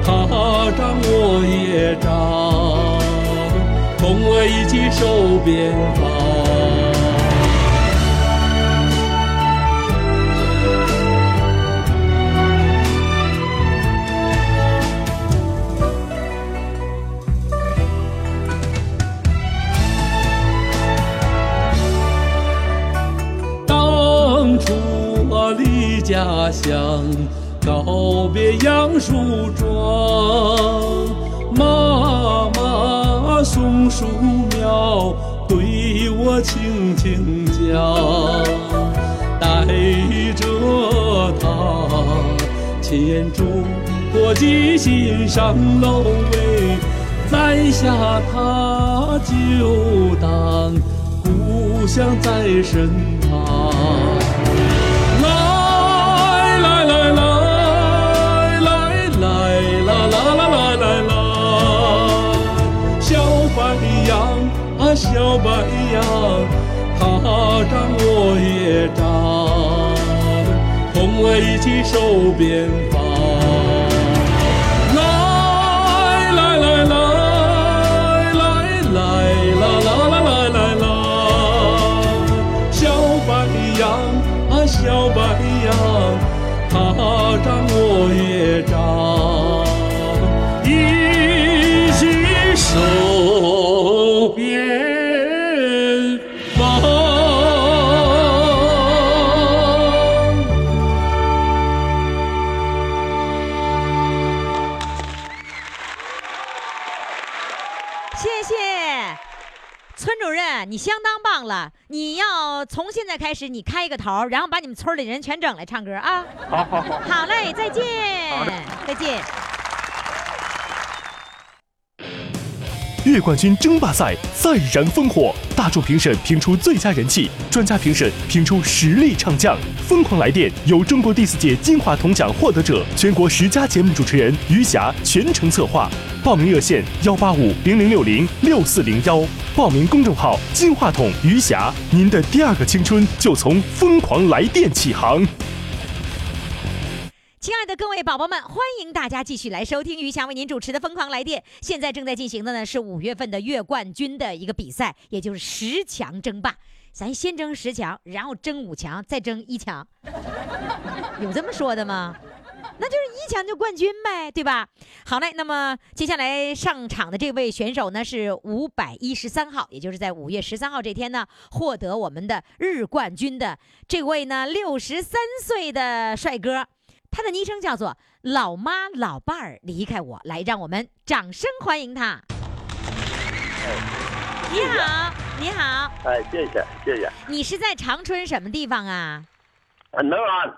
F: 它长我也长，同我一起守边防。当初我离家乡，告别杨树桩，妈妈松树苗对我轻轻讲，带着它牵住我的心上楼喂，摘下它就当故乡在身旁。来来来来来来啦啦啦啦来啦，小白杨啊小白杨，它长我也长，同我一起守边防。来来来来来来啦啦啦啦来啦，小白杨啊小白杨，它长我也长，一起守边防。
B: 谢谢村主任，你相当棒了！你要从现在开始，你开一个头儿，然后把你们村儿里人全整来唱歌啊！
G: 好好好。
B: 好嘞，再见
G: 好的，
B: 再见。
D: 月冠军争霸赛再燃烽火，大众评审评出最佳人气，专家评审评出实力唱将。疯狂来电由中国第四届金话筒奖获得者、全国十佳节目主持人于霞全程策划。报名热线：幺八五零零六零六四零幺。报名公众号：金话筒余霞。您的第二个青春就从疯狂来电起航。
B: 亲爱的各位宝宝们，欢迎大家继续来收听于翔为您主持的《疯狂来电》。现在正在进行的呢是五月份的月冠军的一个比赛，也就是十强争霸。咱先争十强，然后争五强，再争一强，有这么说的吗？那就是一强就冠军呗，对吧？好嘞，那么接下来上场的这位选手呢是五百一十三号，也就是在五月十三号这天呢获得我们的日冠军的这位呢六十三岁的帅哥，他的昵称叫做“老妈老伴儿离开我”，来让我们掌声欢迎他。你好，你好，
H: 哎，谢谢谢谢。
B: 你是在长春什么地方啊？
H: 呃能安，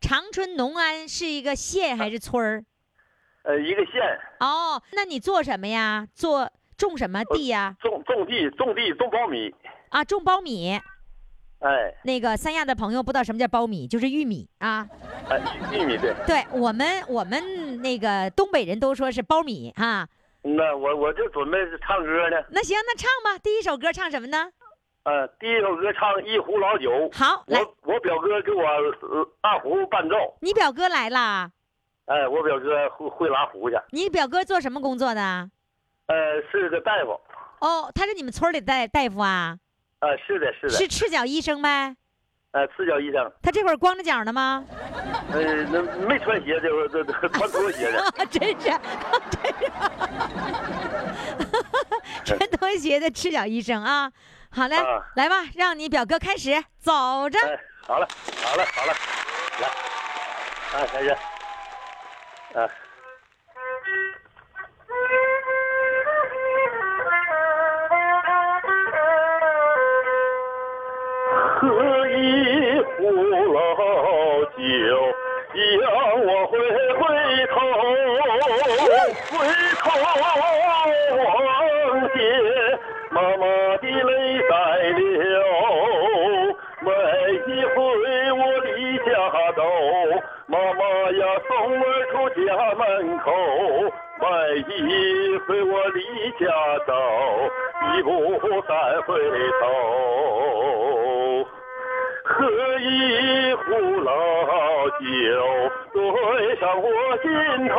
B: 长春农安是一个县还是村儿？
H: 呃，一个县
B: 哦，那你做什么呀？做种什么地呀？
H: 种种地种地种苞米，
B: 啊，种苞米。
H: 呃哎
B: 那个三亚的朋友不知道什么叫苞米，就是玉米啊。
H: 哎，玉米对。
B: 对我们，我们那个东北人都说是苞米哈、啊。
H: 那我我就准备唱歌呢，
B: 那行，那唱吧，第一首歌唱什么呢？
H: 呃，第一首歌唱《一壶老酒》。
B: 好来
H: 我我表哥给我呃二胡伴奏。
B: 你表哥来啦？
H: 哎，我表哥会会拉胡去，
B: 你表哥做什么工作的？
H: 呃，是个大夫，
B: 哦，他是你们村儿里的大大夫啊？
H: 呃，是的，是的，
B: 是赤脚医生呗？
H: 呃，赤脚医生，
B: 他这会儿光着脚呢吗？
H: 呃，那没穿鞋，这会儿这这穿拖鞋的，
B: (laughs) 真是，真是， (laughs) 穿拖鞋的赤脚医生啊！好嘞，
H: 啊
B: 来吧，让你表哥开始，走着。
H: 哎，好了，好了，好了，来，哎，开始，啊，喝一壶老酒，让我回回头，回头望见妈妈的泪在流，每一回我离家走，妈妈呀送我出家门口，每一回我离家走，一步三回头。喝一壶老酒，对上我心头，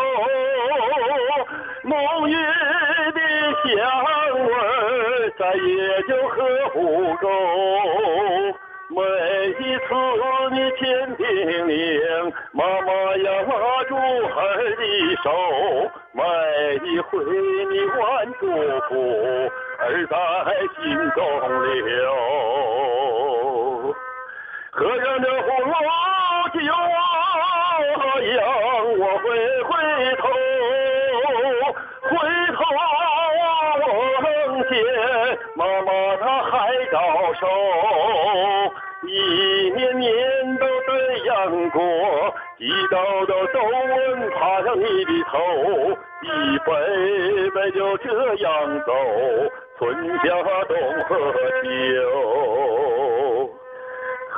H: 浓郁的香味儿再也就喝不够。每一次你千叮咛，妈妈呀拉住儿的手，每一回你万祝福，儿在心中留。喝上这壶老酒啊，让我回回头，回头望见妈妈她还招手，一年年都这样过，一道道皱纹爬上你的头，一辈辈就这样走，春夏冬和秋。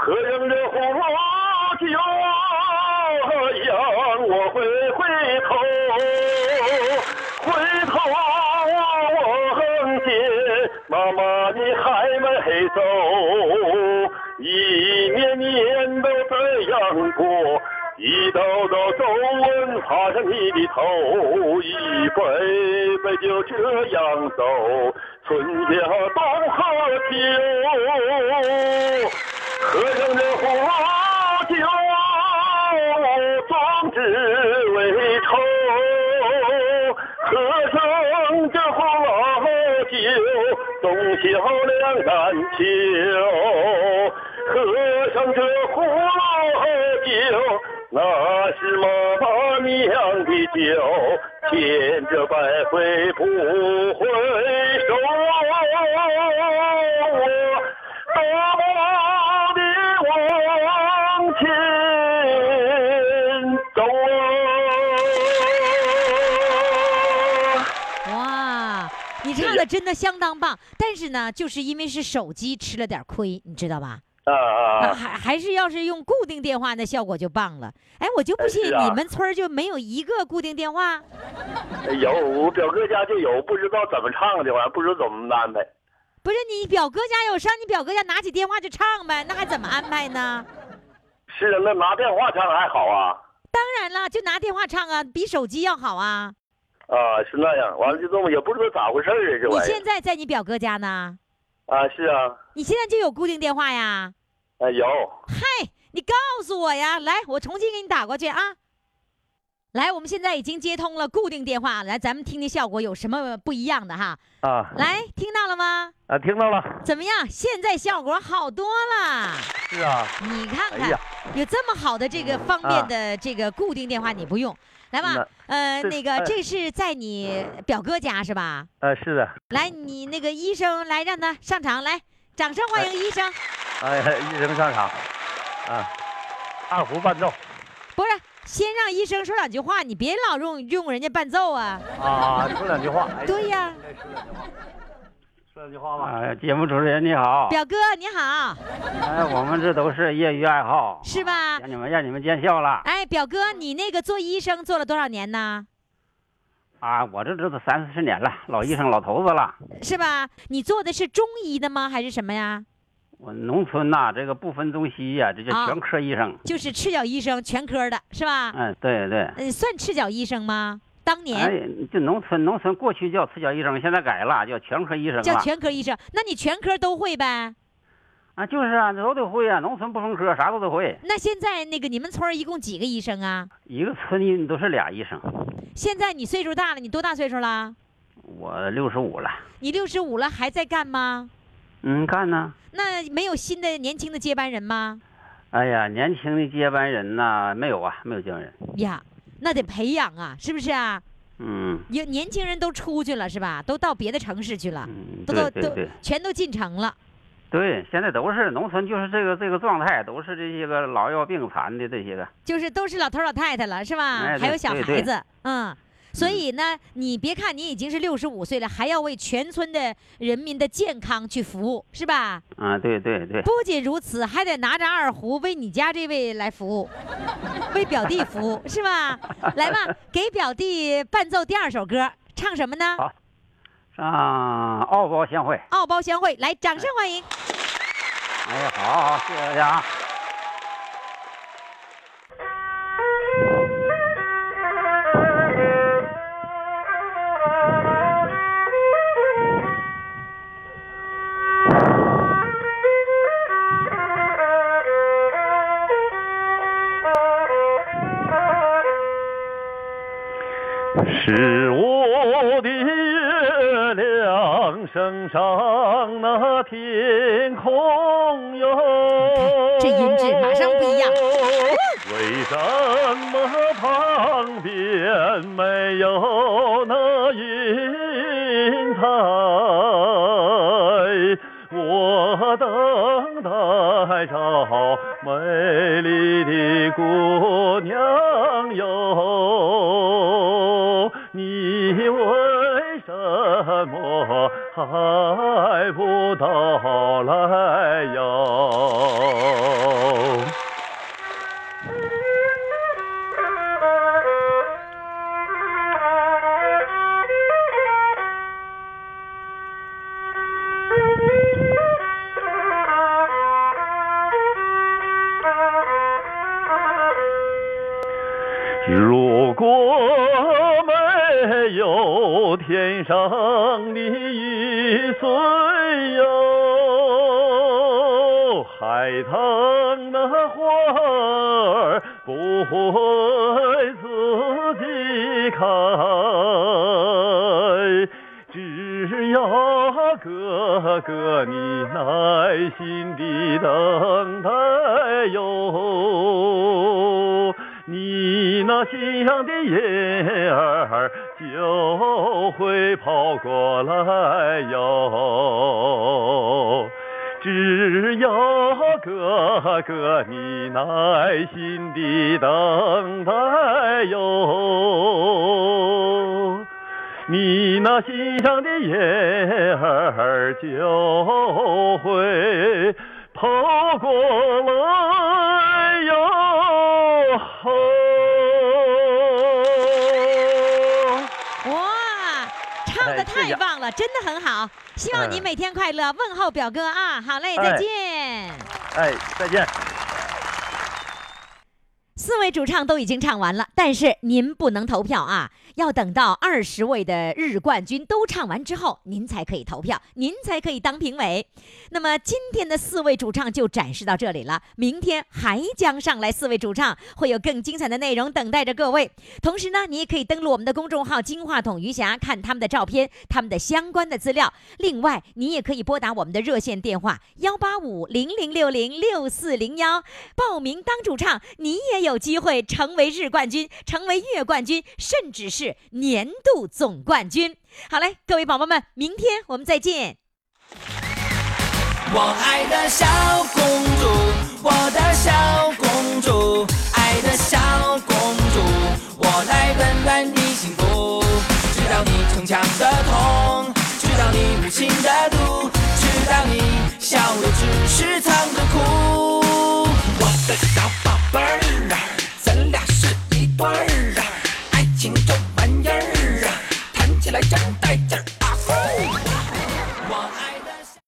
H: 喝上这壶老酒，让我回回头，回头望见妈妈你还没走，一年年都这样过。一道道皱纹爬上你的头，一杯杯就这样走，春夏冬和秋。喝上这壶老酒，壮志未酬。喝上这壶老酒，总晓两难求。喝上这壶老酒，那是妈妈酿的酒，千折百回不回首。大步地往前走啊！
B: 哇，你唱的真的相当棒，但是呢，就是因为是手机吃了点亏，你知道吧？
H: 啊啊
B: 啊，
H: 啊！
B: 还还是要是用固定电话，那效果就棒了。哎，我就不
H: 哎
B: 信
H: 是啊
B: 你们村儿就没有一个固定电话。
H: 有，我表哥家就有，不知道怎么唱的，完不知道怎么安排。
B: 不是你表哥家有，上你表哥家拿起电话就唱呗，那还怎么安排呢？
H: 是啊，那拿电话唱还好啊。
B: 当然了，就拿电话唱啊，比手机要好啊。
H: 啊，是那样，完了就这么，也不知道咋回事儿啊，这
B: 你
H: 玩意
B: 现在在你表哥家呢？
H: 儿啊，是啊，
B: 你现在就有固定电话呀？
H: 啊有，
B: 嗨，你告诉我呀，来，我重新给你打过去啊。来，我们现在已经接通了固定电话，来，咱们听听效果有什么不一样的哈。
G: 啊
B: 来，嗯听到了吗？
G: 啊，听到了，
B: 怎么样？现在效果好多了。
G: 是啊，
B: 你看
G: 哎
B: 看
G: 呀，啊
B: 有这么好的这个方便的这个固定电话，你不用，来吧
G: 那，
B: 呃，
G: 这
B: 那个
G: 哎
B: 这是在你表哥家是吧？
G: 呃，是的，
B: 来，你那个医生来让他上场，来，掌声欢迎医生。
G: 哎，医生上场，啊，二胡
B: (laughs)
G: 伴奏，
B: 不是，先让医生说两句话，你别老用用人家伴奏啊。
G: 啊，说两句话，
B: (laughs)
G: 哎
B: 对呀，
G: 说两句话吧，
C: 啊，节目主持人你好，
B: 表哥你好，
C: 哎，我们这都是业余爱好，
B: 是吧？
G: 哎
C: 让你们让你们见笑了。
B: 哎，表哥，你那个做医生做了多少年呢？
I: 啊，我这这都三四十年了，老医生、老头子了。
B: 是吧？你做的是中医的吗？还是什么呀？
I: 我农村呐、这个不分中西呀、这叫
B: 啊
I: 全科医生。
B: 就是赤脚医生，全科的是吧？
I: 嗯，对对。
B: 嗯，算赤脚医生吗？当年、
I: 哎，就农村，农村过去叫赤脚医生，现在改了，叫全科医生了。
B: 叫全科医生，那你全科都会呗？
I: 啊，就是啊，都得会啊，农村不分科，啥都得会。
B: 那现在那个你们村儿一共几个医生啊？
I: 一个村里都是俩医生，
B: 现在你岁数大了，你多大岁数了？
I: 我六十五了，
B: 你六十五了还在干吗？
I: 嗯，干呢。
B: 那没有新的年轻的接班人吗？
I: 哎呀，年轻的接班人呐、没有啊，没有接班人。
B: 呀，那得培养啊，是不是啊？
I: 嗯，
B: 有年轻人都出去了是吧？都到别的城市去了，都
I: 嗯对
B: 都
I: 对
B: 都
I: 对
B: 全都进城了。
I: 对，现在都是农村，就是这个这个状态，都是这些个老弱病残的这些个。
B: 就是都是老头儿老太太了，是吧？
I: 哎对
B: 还有小
I: 对
B: 孩
I: 对
B: 子，嗯。所以呢，你别看你已经是六十五岁了，还要为全村的人民的健康去服务，是吧？
I: 啊，对对
J: (laughs)
I: 对，
B: 不仅如此，还得拿着二胡为你家这位来服务，为表弟服务，是吧？来吧，给表弟伴奏第二首歌，唱什么呢？
I: 好上奥包相会。
B: 奥包相会，来，掌声欢迎。
I: 哎呀，好好，谢谢大家啊。
J: 是我的月亮升上那天空哟，
B: 这音质马上不一
G: (laughs)
B: 样。
J: 为什么
B: (laughs)
J: 旁边没有那云彩？我等待着美丽的姑娘哟，你为什么还不到来哟？如果没有天上的一岁哟，海棠的花儿不会自己开。只要哥哥你耐心的等待哟，你那心上的燕儿就会跑过来哟。只要哥哥你耐心的等待哟。你那心上的燕儿就会跑过来哟。
B: 哇，唱的
J: 哎谢谢
B: 太棒了，真的很好。希望你
J: 嗯
B: 每天快乐，问候表哥啊！好嘞，再
J: 哎
B: 见。
J: 哎，再见。
B: 四位主唱都已经唱完了，但是您不能投票啊，要等到二十位的日冠军都唱完之后，您才可以投票，您才可以当评委。那么今天的四位主唱就展示到这里了，明天还将上来四位主唱，会有更精彩的内容等待着各位。同时呢，你也可以登录我们的公众号“金话筒余霞”，看他们的照片、他们的相关的资料。另外，你也可以拨打我们的热线电话幺八五零零六零六四零幺报名当主唱，你也有机会成为日冠军、成为月冠军，甚至是年度总冠军。好嘞，各位宝宝们，明天我们再见。
A: 我爱的小公主，我的小公主，爱的小公主，我来温暖你幸福。知道你逞强的痛，知道你无情的毒，知道你笑的只是藏着哭。我的小宝贝儿啊，咱俩是一对儿啊，爱情这玩意儿啊，真带劲儿。啊